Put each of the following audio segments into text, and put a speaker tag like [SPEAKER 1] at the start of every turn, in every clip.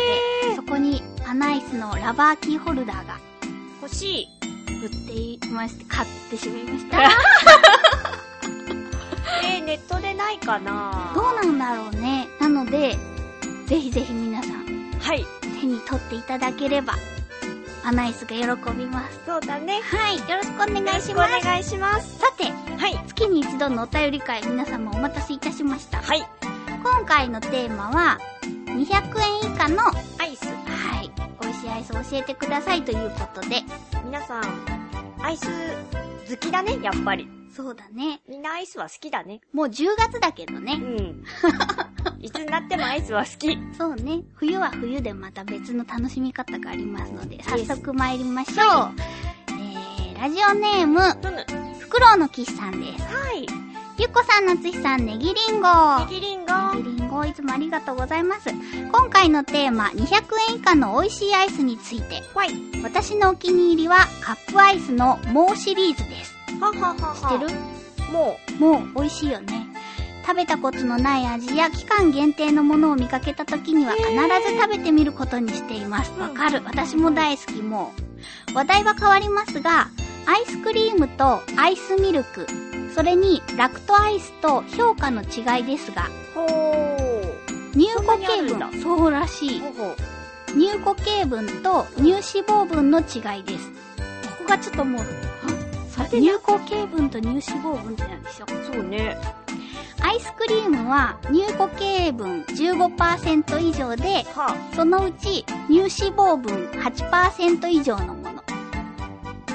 [SPEAKER 1] へー
[SPEAKER 2] そこにアナイスのラバーキーホルダーが
[SPEAKER 1] 欲しい。
[SPEAKER 2] 売っていまして、買ってしまいました。
[SPEAKER 1] えー、ネットでないかな
[SPEAKER 2] どうなん だろうね。なので、ぜひぜひ皆さん、
[SPEAKER 1] はい。
[SPEAKER 2] 手に取っていただければ、アナイスが喜びます。
[SPEAKER 1] そうだね。
[SPEAKER 2] はい、よろしくお願いし
[SPEAKER 1] お
[SPEAKER 2] ます。
[SPEAKER 1] 願いします。
[SPEAKER 2] さて、
[SPEAKER 1] はい。
[SPEAKER 2] 月に一度のお便り会、皆様お待たせいたしました。
[SPEAKER 1] はい。
[SPEAKER 2] 今回のテーマは、200円以下の、は
[SPEAKER 1] アイス。
[SPEAKER 2] い、美味しいアイスを教えてくださいということで、
[SPEAKER 1] 皆さん、アイス好きだね、やっぱり。
[SPEAKER 2] そうだね。
[SPEAKER 1] みんなアイスは好きだね。
[SPEAKER 2] もう10月だけど
[SPEAKER 1] う
[SPEAKER 2] ね。
[SPEAKER 1] ん。 いつになってもアイスは好き。
[SPEAKER 2] そうね。冬は冬でまた別の楽しみ方がありますので、
[SPEAKER 1] す
[SPEAKER 2] 早速参りましょう。えー、ラジオネーム、
[SPEAKER 1] ふむ。
[SPEAKER 2] フクロウの騎士さんです。
[SPEAKER 1] はい。
[SPEAKER 2] ゆっこさん、なつひさん、ねぎりんご。
[SPEAKER 1] ネギリンゴ。
[SPEAKER 2] ギリンゴいつもありがとうございます。今回のテーマ、200円以下の美味しいアイスについて。
[SPEAKER 1] はい。
[SPEAKER 2] 私のお気に入りは、カップアイスのモーシリーズです。
[SPEAKER 1] はははは。
[SPEAKER 2] 知ってる
[SPEAKER 1] も
[SPEAKER 2] もう美味しいよね。食べたことのない味や期間限定のものを見かけた時には
[SPEAKER 1] へ
[SPEAKER 2] 必
[SPEAKER 1] ー
[SPEAKER 2] ず食べてみることにしています。
[SPEAKER 1] うん
[SPEAKER 2] わかる。私も大好きもう。話題は変わりますが、アイスクリームとアイスミルク、それにラクトアイスと評価の違いですが、
[SPEAKER 1] う。ほー。
[SPEAKER 2] 乳
[SPEAKER 1] そん
[SPEAKER 2] 固
[SPEAKER 1] なにあ
[SPEAKER 2] 形
[SPEAKER 1] るんだ
[SPEAKER 2] 分、そうらしい。
[SPEAKER 1] ほほ。
[SPEAKER 2] 乳固形分と乳脂肪分の違いです。ここがちょっともう、
[SPEAKER 1] さて
[SPEAKER 2] 乳固形分と乳脂肪分ってなんでしょ
[SPEAKER 1] そうね。
[SPEAKER 2] アイスクリームは乳固形分15%以上で、
[SPEAKER 1] は。
[SPEAKER 2] そのうち乳脂肪分8%以上のもの。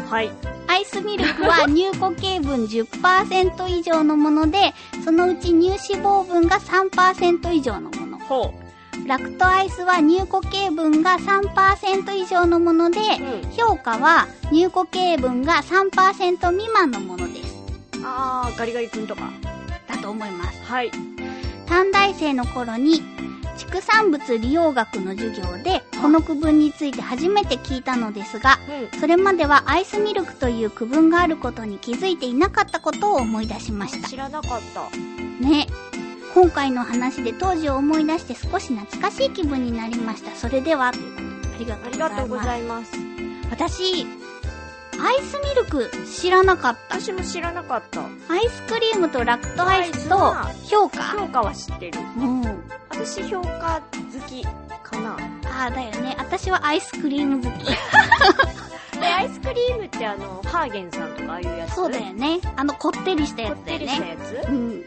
[SPEAKER 1] はい。
[SPEAKER 2] アイスミルクは乳固形分10%以上のもので、そのうち乳脂肪分が3%以上のもの。
[SPEAKER 1] ほ
[SPEAKER 2] ラクトアイスは乳固形分が3%以上のもので、
[SPEAKER 1] う。うん。
[SPEAKER 2] 評価は乳固形分が3%未満のものです。
[SPEAKER 1] あー、ガリガリ君とか。
[SPEAKER 2] だと思います。
[SPEAKER 1] はい。
[SPEAKER 2] 短大生の頃に畜産物利用学の授業でこの区分について初めて聞いたのですが、
[SPEAKER 1] うん。
[SPEAKER 2] それまではアイスミルクという区分があることに気づいていなかったことを思い出しました。
[SPEAKER 1] 知らなかった。
[SPEAKER 2] ね。今回の話で当時を思い出して少し懐かしい気分になりました。それでは、ということでありがと
[SPEAKER 1] あ
[SPEAKER 2] う
[SPEAKER 1] り
[SPEAKER 2] ござい
[SPEAKER 1] が
[SPEAKER 2] ます。
[SPEAKER 1] とうございます。
[SPEAKER 2] 私、アイスミルク知らなかった。
[SPEAKER 1] 私も知らなかった。
[SPEAKER 2] アイスクリームとラクトアイスと
[SPEAKER 1] アイ
[SPEAKER 2] 評価
[SPEAKER 1] 評価は知ってる。
[SPEAKER 2] うん。
[SPEAKER 1] 私評価好きかな。
[SPEAKER 2] ああ、だよね。私はアイスクリーム好き。
[SPEAKER 1] でアイスクリームっってあの、ハーゲンさんとかああいうやつ
[SPEAKER 2] そうだよね。あの、こってりした
[SPEAKER 1] こ
[SPEAKER 2] や
[SPEAKER 1] っ
[SPEAKER 2] つだ
[SPEAKER 1] て
[SPEAKER 2] よ
[SPEAKER 1] りした
[SPEAKER 2] ね。
[SPEAKER 1] やつ、
[SPEAKER 2] うん。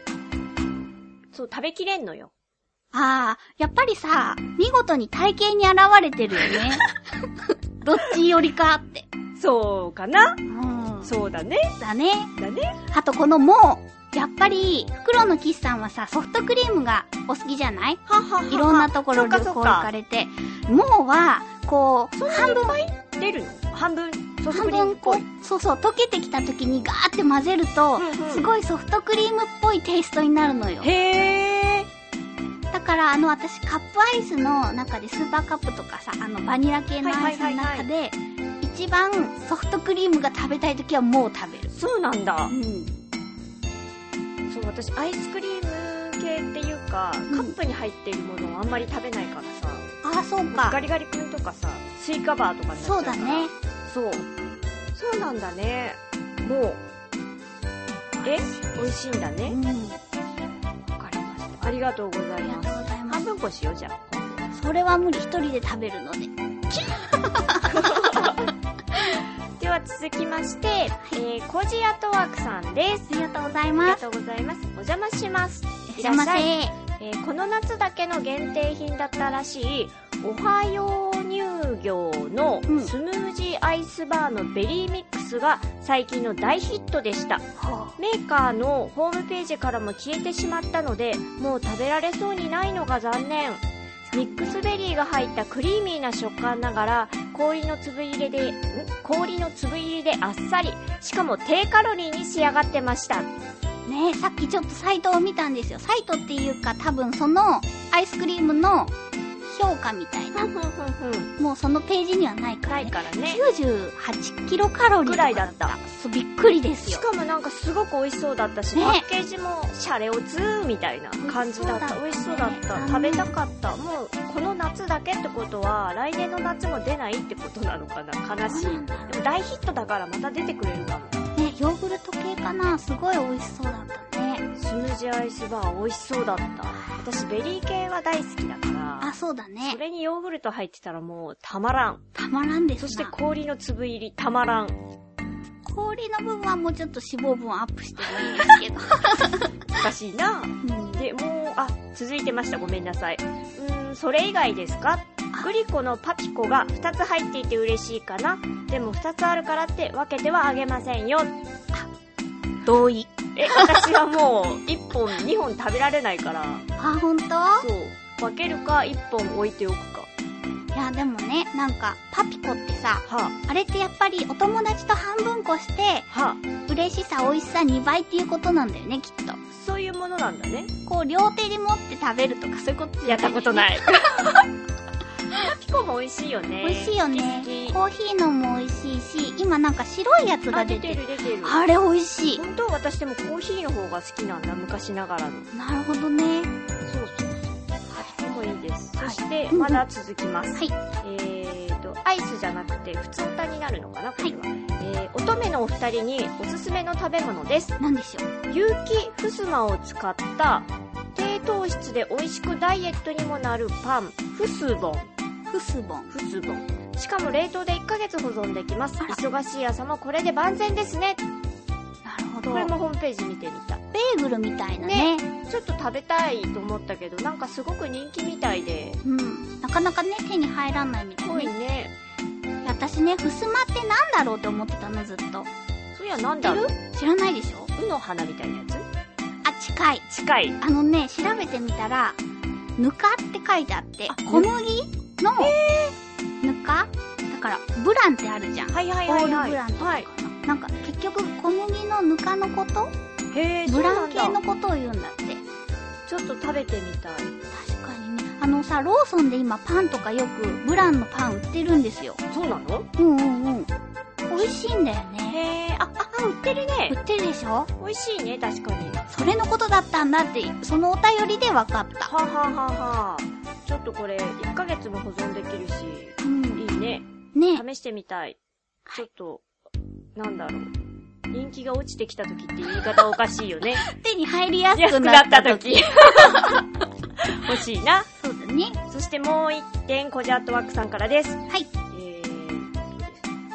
[SPEAKER 1] そう、食べきれんのよ。
[SPEAKER 2] ああ、やっぱりさ、見事に体型に現れてるよ ね。どっちよりかって。
[SPEAKER 1] そうかな
[SPEAKER 2] うん。
[SPEAKER 1] そうだね。
[SPEAKER 2] うだね。
[SPEAKER 1] だね。
[SPEAKER 2] あとこのもう、やっぱり、袋の岸さんはさ、ソフトクリームがお好きじゃない
[SPEAKER 1] はははい
[SPEAKER 2] ろんなところ
[SPEAKER 1] そっ
[SPEAKER 2] 旅
[SPEAKER 1] か
[SPEAKER 2] 行
[SPEAKER 1] そ
[SPEAKER 2] 行
[SPEAKER 1] っ
[SPEAKER 2] か
[SPEAKER 1] か。
[SPEAKER 2] れて。もうは、こう、半分、
[SPEAKER 1] 出るの半分、ソフト
[SPEAKER 2] 半
[SPEAKER 1] クリームっ
[SPEAKER 2] 分
[SPEAKER 1] ぽ
[SPEAKER 2] こ
[SPEAKER 1] い。
[SPEAKER 2] う、そうそう、溶けてきた時にガーって混ぜると、
[SPEAKER 1] うんうん
[SPEAKER 2] すごいソフトクリームっぽいテイストになるのよ。
[SPEAKER 1] へー。
[SPEAKER 2] だからあの私カップアイスの中でスーパーカップとかさあのバニラ系のアイスの中で一番ソフトクリームが食べたい時はもう食べる
[SPEAKER 1] そうなんだ
[SPEAKER 2] う。ん
[SPEAKER 1] そう、私、アイスクリーム系っていうか、
[SPEAKER 2] ん
[SPEAKER 1] カップに入っているものをあんまり食べないからさ、
[SPEAKER 2] ああそう
[SPEAKER 1] ガ
[SPEAKER 2] か
[SPEAKER 1] リガリ君とかさ、スイカバーとかになっちゃ
[SPEAKER 2] そう
[SPEAKER 1] うか
[SPEAKER 2] だ
[SPEAKER 1] ら。
[SPEAKER 2] ね
[SPEAKER 1] そう。そうなんだね。もう。え美味しいんだ
[SPEAKER 2] う
[SPEAKER 1] ね。
[SPEAKER 2] んあ
[SPEAKER 1] わかりました。ありがとうござい
[SPEAKER 2] りが
[SPEAKER 1] ま
[SPEAKER 2] と
[SPEAKER 1] す。
[SPEAKER 2] うございま
[SPEAKER 1] 半
[SPEAKER 2] す
[SPEAKER 1] 分こしよう、じゃあ。
[SPEAKER 2] それは無理一人で食べるので
[SPEAKER 1] では続きまして、えー、コージーアットワークさんです。
[SPEAKER 2] ありがとうござい
[SPEAKER 1] ありが
[SPEAKER 2] ます
[SPEAKER 1] とうございます。お邪魔します。
[SPEAKER 2] いらっしゃいませ
[SPEAKER 1] いえーこの夏だけの限定品だったらしい、おはよう乳業の
[SPEAKER 2] うん
[SPEAKER 1] スムージーアイスバーのベリーミックスが最近の大ヒットでした。
[SPEAKER 2] は
[SPEAKER 1] メーカーのホームページからも消えてしまったのでもう食べられそうにないのが残念ミックスベリーが入ったクリーミーな食感ながら氷の粒入れでん氷の粒入りであっさりしかも低カロリーに仕上がってました
[SPEAKER 2] あねえさっきちょっとサイトを見たんですよサイトっていうか多分そのアイスクリームの評価みたいなもうそのページにはないから、
[SPEAKER 1] な
[SPEAKER 2] ね
[SPEAKER 1] い、からね
[SPEAKER 2] 98キロカロリーとか
[SPEAKER 1] ぐらいだった
[SPEAKER 2] そうびっくりです
[SPEAKER 1] し
[SPEAKER 2] よ
[SPEAKER 1] かもなんかすごく美味しそうだったし、
[SPEAKER 2] ね
[SPEAKER 1] パッケージもシャレオツーみたいな感じだった
[SPEAKER 2] 美味
[SPEAKER 1] 美
[SPEAKER 2] し
[SPEAKER 1] 味し
[SPEAKER 2] そ
[SPEAKER 1] そうう
[SPEAKER 2] だ
[SPEAKER 1] だ
[SPEAKER 2] っ
[SPEAKER 1] ったた、
[SPEAKER 2] ね
[SPEAKER 1] 食べたかったもうこの夏だけってことは来年の夏も出ないってことなのかな悲しい
[SPEAKER 2] そうなんだ
[SPEAKER 1] でも大ヒットだからまた出てくれるかも
[SPEAKER 2] ねヨーグルト系かなすごい美味しそうだったね
[SPEAKER 1] スムージーアイスバー美味しそうだった私ベリー系は大好きだから
[SPEAKER 2] あそうだね
[SPEAKER 1] それにヨーグルト入ってたらもうたまらん
[SPEAKER 2] たまらんです
[SPEAKER 1] そ
[SPEAKER 2] な
[SPEAKER 1] して氷の粒入りたまらん
[SPEAKER 2] 氷の部分はもうちょっと脂肪分アップしてもいいですけど、
[SPEAKER 1] おかしいな
[SPEAKER 2] うん
[SPEAKER 1] でもうあ続いてましたごめんなさいうーんそれ以外ですかグリコのパピコが2つ入っていて嬉しいかなでも2つあるからって分けてはあげませんよ
[SPEAKER 2] 同意
[SPEAKER 1] え私はもう1本2本 食べられないから
[SPEAKER 2] あ本当
[SPEAKER 1] そう分けるか1本置いておくか
[SPEAKER 2] いやでもねなんかパピコってさ
[SPEAKER 1] は
[SPEAKER 2] あれってやっぱりお友達と半分こして
[SPEAKER 1] あ、は
[SPEAKER 2] 嬉しさ美味しさ2倍っていうことなんだよねきっと
[SPEAKER 1] あ、そういうものなんだね
[SPEAKER 2] こう両手で持って食べるとかそういうことじゃない
[SPEAKER 1] やったこと
[SPEAKER 2] い
[SPEAKER 1] ないパピコも美味しいよね
[SPEAKER 2] 美味しいよね
[SPEAKER 1] 好き好き
[SPEAKER 2] コーヒーのも美味しいし今なんか白いやつが
[SPEAKER 1] あ
[SPEAKER 2] 出て
[SPEAKER 1] 出て
[SPEAKER 2] る
[SPEAKER 1] る出てる
[SPEAKER 2] あれ美味しい
[SPEAKER 1] 本当は私でもコーヒーの方が好きなんだ昔ながらの
[SPEAKER 2] なるほどね
[SPEAKER 1] そうそうそう。もいいです。
[SPEAKER 2] は
[SPEAKER 1] そ
[SPEAKER 2] い
[SPEAKER 1] して、
[SPEAKER 2] うん
[SPEAKER 1] まだ続きます。
[SPEAKER 2] はい
[SPEAKER 1] えーと、アイスじゃなくて、普通歌になるのかな、これは。えー、乙女のお二人におすすめの食べ物です。
[SPEAKER 2] なんでしょう
[SPEAKER 1] 有機ふすまを使った、低糖質で美味しくダイエットにもなるパン、フスボン。
[SPEAKER 2] フスボン
[SPEAKER 1] フスボン。しかも冷凍で1ヶ月保存できます。
[SPEAKER 2] あら
[SPEAKER 1] 忙しい朝もこれで万全ですね。
[SPEAKER 2] なるほど
[SPEAKER 1] こ
[SPEAKER 2] ベ
[SPEAKER 1] れもホームページ見てみた。
[SPEAKER 2] ーグルみたいなね
[SPEAKER 1] ちょっと食べたいと思ったけど、なんかすごく人気みたいで、
[SPEAKER 2] うんなかなかね手に入らないみた
[SPEAKER 1] 濃
[SPEAKER 2] い
[SPEAKER 1] い
[SPEAKER 2] なね
[SPEAKER 1] ね。
[SPEAKER 2] 私ねふすまってなんだろうって思ってたのずっと
[SPEAKER 1] そりゃなんだろう
[SPEAKER 2] 知らないでしょ
[SPEAKER 1] うの花みたいなや
[SPEAKER 2] あ近い
[SPEAKER 1] つ近い。
[SPEAKER 2] あのね調べてみたらぬかって書いてあって
[SPEAKER 1] あ
[SPEAKER 2] 小麦のぬかだからブランってあるじゃん
[SPEAKER 1] はいはい
[SPEAKER 2] オ
[SPEAKER 1] は
[SPEAKER 2] ー
[SPEAKER 1] い
[SPEAKER 2] ル
[SPEAKER 1] はい。
[SPEAKER 2] ブランとかかな、
[SPEAKER 1] はい。
[SPEAKER 2] なんか結局小麦のぬかのこと
[SPEAKER 1] へえ、そ
[SPEAKER 2] ブ
[SPEAKER 1] う
[SPEAKER 2] ラ
[SPEAKER 1] な
[SPEAKER 2] ン
[SPEAKER 1] ん
[SPEAKER 2] 系の
[SPEAKER 1] だ。
[SPEAKER 2] ことを言うんだって
[SPEAKER 1] ちょっと食べてみたい。
[SPEAKER 2] 確かにねあのさローソンで今パンとかよくブランのパン売ってるんですよ
[SPEAKER 1] そうなの
[SPEAKER 2] うんうんうん美味しいんだよね
[SPEAKER 1] へえ、あ、あ、売ってる
[SPEAKER 2] 売
[SPEAKER 1] ね。
[SPEAKER 2] ってるでしょ
[SPEAKER 1] 美味しいね、確かに。は
[SPEAKER 2] それのことだったんだってそのお便りで分かった
[SPEAKER 1] あ、はあはあはあ、ちょっとこれ、1ヶ月も保存できるし、
[SPEAKER 2] うん
[SPEAKER 1] いいね。
[SPEAKER 2] ね
[SPEAKER 1] 試してみたい。ちょっと、なんだろう。人気が落ちてきた時って言い方おかしいよ ね。
[SPEAKER 2] 手に入りやす
[SPEAKER 1] 安
[SPEAKER 2] く
[SPEAKER 1] く
[SPEAKER 2] な
[SPEAKER 1] な
[SPEAKER 2] っ
[SPEAKER 1] ったた
[SPEAKER 2] 時
[SPEAKER 1] 時。 欲しいな。
[SPEAKER 2] そうだね
[SPEAKER 1] そしてもう一点、コジャットワークさんからです。
[SPEAKER 2] はい
[SPEAKER 1] えー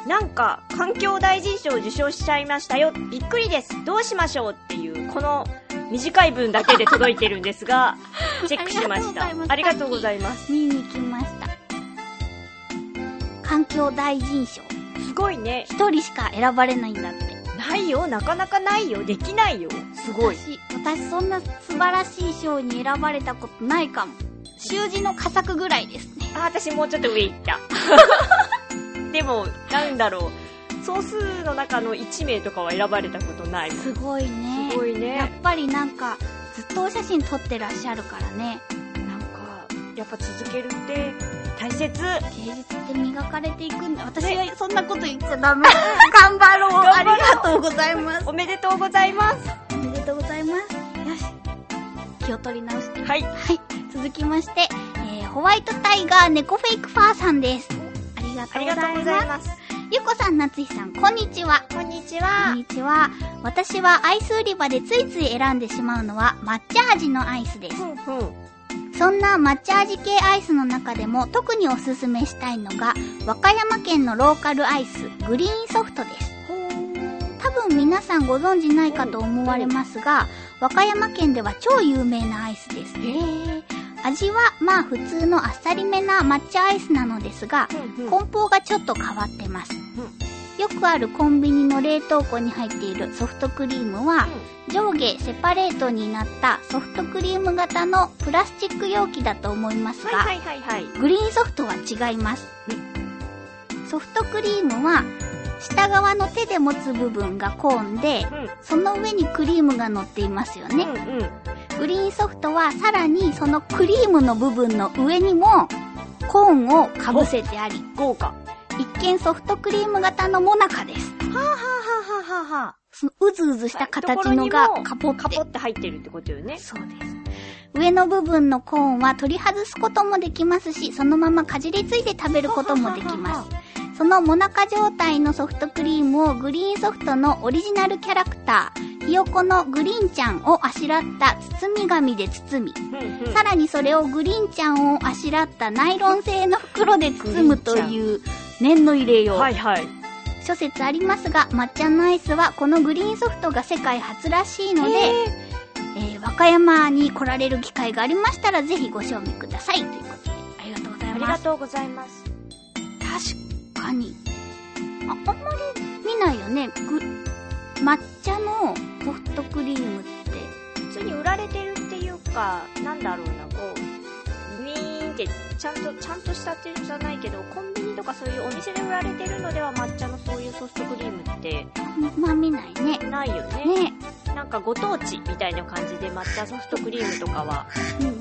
[SPEAKER 1] なんか環境大臣賞を受賞しちゃいましたよびっくりですどうしましょうっていうこの短い文だけで届いてるんです がチェックしましたあ
[SPEAKER 2] あ
[SPEAKER 1] り
[SPEAKER 2] りが
[SPEAKER 1] がと
[SPEAKER 2] と
[SPEAKER 1] う
[SPEAKER 2] う
[SPEAKER 1] ご
[SPEAKER 2] ご
[SPEAKER 1] ざ
[SPEAKER 2] ざ
[SPEAKER 1] います
[SPEAKER 2] 見に来ました。環境大臣賞。
[SPEAKER 1] すごいね
[SPEAKER 2] 一人しか選ばれないんだって。
[SPEAKER 1] ないよなかなかないよできないよすごい
[SPEAKER 2] 私、私そんな素晴らしい賞に選ばれたことないかも。習字の佳作ぐらいですね。
[SPEAKER 1] あ私もうちょっと上行った でもなんだろう総数の中の1名とかは選ばれたことない
[SPEAKER 2] す
[SPEAKER 1] す
[SPEAKER 2] ごいね。
[SPEAKER 1] ごい
[SPEAKER 2] やっ
[SPEAKER 1] ね
[SPEAKER 2] ぱりなんか、ずっとお写真撮ってらっしゃるからね。
[SPEAKER 1] なんかやっぱ続けるって大切
[SPEAKER 2] 芸術って磨かれていくんだ。私
[SPEAKER 1] ね
[SPEAKER 2] はそんなこと言っちゃダメ。頑張ろう。
[SPEAKER 1] 張
[SPEAKER 2] あ
[SPEAKER 1] ろう
[SPEAKER 2] りがとうございます。
[SPEAKER 1] おめでとうございます
[SPEAKER 2] おめでとうございます。よし。気を取り直して。
[SPEAKER 1] はい
[SPEAKER 2] はい。続きまして、えー、ホワイトタイガー猫フェイクファーさんです。ありが
[SPEAKER 1] あ
[SPEAKER 2] とう
[SPEAKER 1] り
[SPEAKER 2] ご
[SPEAKER 1] が
[SPEAKER 2] ざ
[SPEAKER 1] とう
[SPEAKER 2] いま
[SPEAKER 1] ご
[SPEAKER 2] す。
[SPEAKER 1] ざいます
[SPEAKER 2] ゆこさん、なつひさん、こんにちは。
[SPEAKER 1] こんにち
[SPEAKER 2] こ
[SPEAKER 1] は
[SPEAKER 2] んにちは。私はアイス売り場でついつい選んでしまうのは抹茶味のアイスです。
[SPEAKER 1] ふんふん
[SPEAKER 2] そんな抹茶味系アイスの中でも特におすすめしたいのが和歌山県のローカルアイスグリーンソフトです多分皆さんご存知ないかと思われますが和歌山県では超有名なアイスです味はまあ普通のあっさりめな抹茶アイスなのですが
[SPEAKER 1] ふんふん
[SPEAKER 2] 梱包がちょっと変わってますよくあるコンビニの冷凍庫に入っているソフトクリームは上下セパレートになったソフトクリーム型のプラスチック容器だと思いますが、
[SPEAKER 1] はいはいはいはい
[SPEAKER 2] グリーンソフトは違います。ソフトクリームは下側の手で持つ部分がコーンで、その上にクリームが乗っていますよ
[SPEAKER 1] うん
[SPEAKER 2] ね。
[SPEAKER 1] うんうん
[SPEAKER 2] グリーンソフトはさらにそのクリームの部分の上にもコーンをかぶせてあり、
[SPEAKER 1] 豪華は
[SPEAKER 2] 一見ソフトクリーム型のもなかです。
[SPEAKER 1] ははははは
[SPEAKER 2] そのうずうずした形のがカポって
[SPEAKER 1] カポって入ってるってことよね
[SPEAKER 2] そうです。上の部分のコーンは取り外すこともできますし、そのままかじりついて食べることもできます
[SPEAKER 1] は。
[SPEAKER 2] そのもなか状態のソフトクリームをグリーンソフトのオリジナルキャラクター、ひよこのグリーンちゃんをあしらった包み紙で包み、
[SPEAKER 1] ふんふん
[SPEAKER 2] さらにそれをグリーンちゃんをあしらったナイロン製の袋で包むという念の入れよう。
[SPEAKER 1] はいはい
[SPEAKER 2] 諸説ありますが、抹茶のアイスはこのグリーンソフトが世界初らしいので、
[SPEAKER 1] へ
[SPEAKER 2] えー和歌山に来られる機会がありましたら、ぜひご賞味ください。ということで、ありがとうござ
[SPEAKER 1] あ
[SPEAKER 2] い
[SPEAKER 1] りが
[SPEAKER 2] ます。
[SPEAKER 1] とうございます
[SPEAKER 2] 確かに。あ、あんまり見ないよね。ぐ抹茶のソフトクリームって。
[SPEAKER 1] 普通に売られてるっていうかなんだろうなこうウィーンってちゃんとちゃんとしたっていうじゃないけどコンビニとかそういうお店で売られてるのでは抹茶のそういうソフトクリームって
[SPEAKER 2] あんま見ないね。
[SPEAKER 1] ないよね
[SPEAKER 2] ね
[SPEAKER 1] なんかご当地みたいな感じで抹茶ソフトクリームとかは
[SPEAKER 2] うんうん。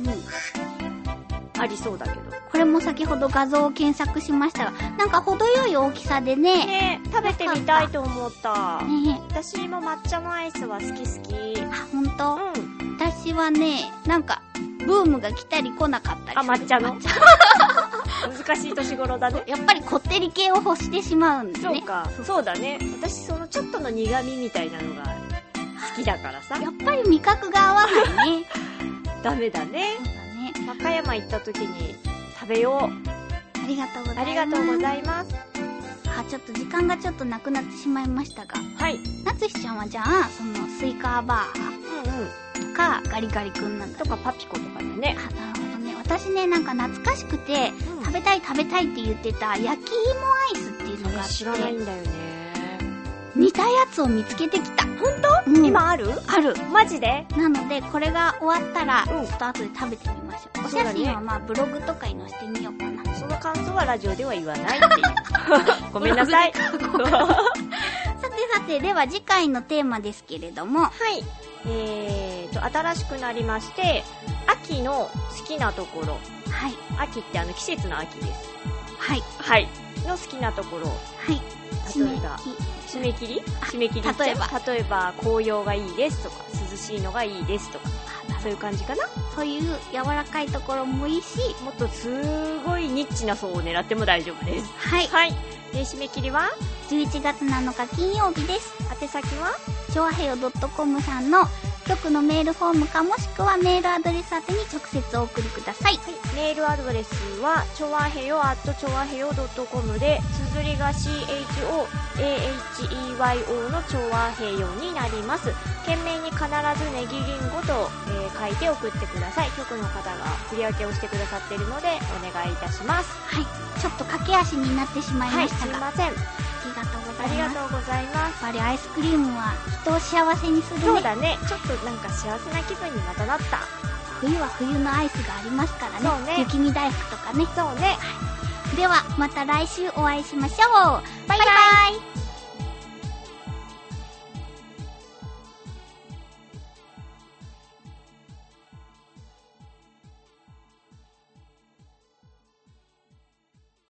[SPEAKER 1] ありそうだけど
[SPEAKER 2] これも先ほど画像を検索しましたが、なんか程よい大きさでね。ね
[SPEAKER 1] ね食べてみたいと思った
[SPEAKER 2] ね
[SPEAKER 1] 私も抹茶のアイスは好き好きうん
[SPEAKER 2] あ、ほんと私はね、なんか、ブームが来たり来なかったり
[SPEAKER 1] あ
[SPEAKER 2] する。
[SPEAKER 1] 抹茶の難しい年頃だね
[SPEAKER 2] やっぱりこってり系を欲してしまうんです
[SPEAKER 1] そう
[SPEAKER 2] ね。
[SPEAKER 1] か、そうだね。私、そのちょっとの苦味みたいなのが好きだからさ。
[SPEAKER 2] やっぱり味覚が合わないね。
[SPEAKER 1] ダメだね。
[SPEAKER 2] そうだね。
[SPEAKER 1] 和歌山行った時に食べよう。
[SPEAKER 2] ありがとうございます。
[SPEAKER 1] ありがとうございます。
[SPEAKER 2] あ、ちょっと時間がちょっとなくなってしまいましたが、
[SPEAKER 1] はい。うん
[SPEAKER 2] なつひちゃんはじゃあ、そのスイカバ
[SPEAKER 1] う
[SPEAKER 2] ーとかガリガリ君なん
[SPEAKER 1] ん。
[SPEAKER 2] だ。
[SPEAKER 1] とかパピコとかだね。
[SPEAKER 2] あ、なるほどね。私ね、なんか懐かしくて、食べたい食べたいって言ってた焼き芋アイスっていうのがあ
[SPEAKER 1] あ
[SPEAKER 2] っ
[SPEAKER 1] 知らない
[SPEAKER 2] て、
[SPEAKER 1] んだよね。
[SPEAKER 2] 似たやつを見つけてきた。ほんと
[SPEAKER 1] 今ある
[SPEAKER 2] ある。
[SPEAKER 1] マジで
[SPEAKER 2] なので、これが終わったら、ち
[SPEAKER 1] うん
[SPEAKER 2] ょっと後で食べてみましょう。お
[SPEAKER 1] そう
[SPEAKER 2] 写
[SPEAKER 1] だね
[SPEAKER 2] 真はまあ、ブログとかに載せてみようか な。
[SPEAKER 1] その感想はラジオでは言わないっていう ごめんなさい。 は
[SPEAKER 2] さてさて、では次回のテーマですけれども、
[SPEAKER 1] い。えーと、新しくなりまして、秋の好きなところ。
[SPEAKER 2] はい、
[SPEAKER 1] 秋ってあの季節の秋です。
[SPEAKER 2] はい、
[SPEAKER 1] はい。の好きなところ。
[SPEAKER 2] はい、締
[SPEAKER 1] 例
[SPEAKER 2] め
[SPEAKER 1] え
[SPEAKER 2] 切
[SPEAKER 1] ば、締め切り締め切り
[SPEAKER 2] 例えば
[SPEAKER 1] じゃあ例えば、紅葉がいいですとか、涼しいのがいいですとか、そういう感じかな
[SPEAKER 2] そういう柔らかいところもいいし、
[SPEAKER 1] もっとすごいニッチな層を狙っても大丈夫です。
[SPEAKER 2] はい、
[SPEAKER 1] はい。で、締め切りは
[SPEAKER 2] 11月7日金曜日です。
[SPEAKER 1] 宛先は
[SPEAKER 2] 調和平洋 .com さんの局のメールフォームかもしくはメールアドレス宛てに直接お送りください。
[SPEAKER 1] はい、メールアドレスは、ちょわへよ at ちょわへよ .com で、綴りが CHOAHEYO のちょわへよになります。懸命に必ずネギリンゴと、えー書いて送ってください。局の方が振り分けをしてくださっているので、お願いいたします。
[SPEAKER 2] はい。ちょっと駆け足になってしまい
[SPEAKER 1] は
[SPEAKER 2] ま
[SPEAKER 1] い、
[SPEAKER 2] し
[SPEAKER 1] す
[SPEAKER 2] た
[SPEAKER 1] い
[SPEAKER 2] が、
[SPEAKER 1] ません。あ
[SPEAKER 2] ありがとうござい
[SPEAKER 1] り
[SPEAKER 2] ま
[SPEAKER 1] が
[SPEAKER 2] す。やっ
[SPEAKER 1] とうございます。
[SPEAKER 2] ぱりアイスクリームは人を幸せにする
[SPEAKER 1] そう
[SPEAKER 2] ね。
[SPEAKER 1] だね、ちょっとなんか幸せな気分にまたなった。
[SPEAKER 2] 冬は冬のアイスがありますから
[SPEAKER 1] そう
[SPEAKER 2] ね。
[SPEAKER 1] ね
[SPEAKER 2] 雪見大福とかね。
[SPEAKER 1] そうね。
[SPEAKER 2] では、また来週お会いしましょう。バイバイ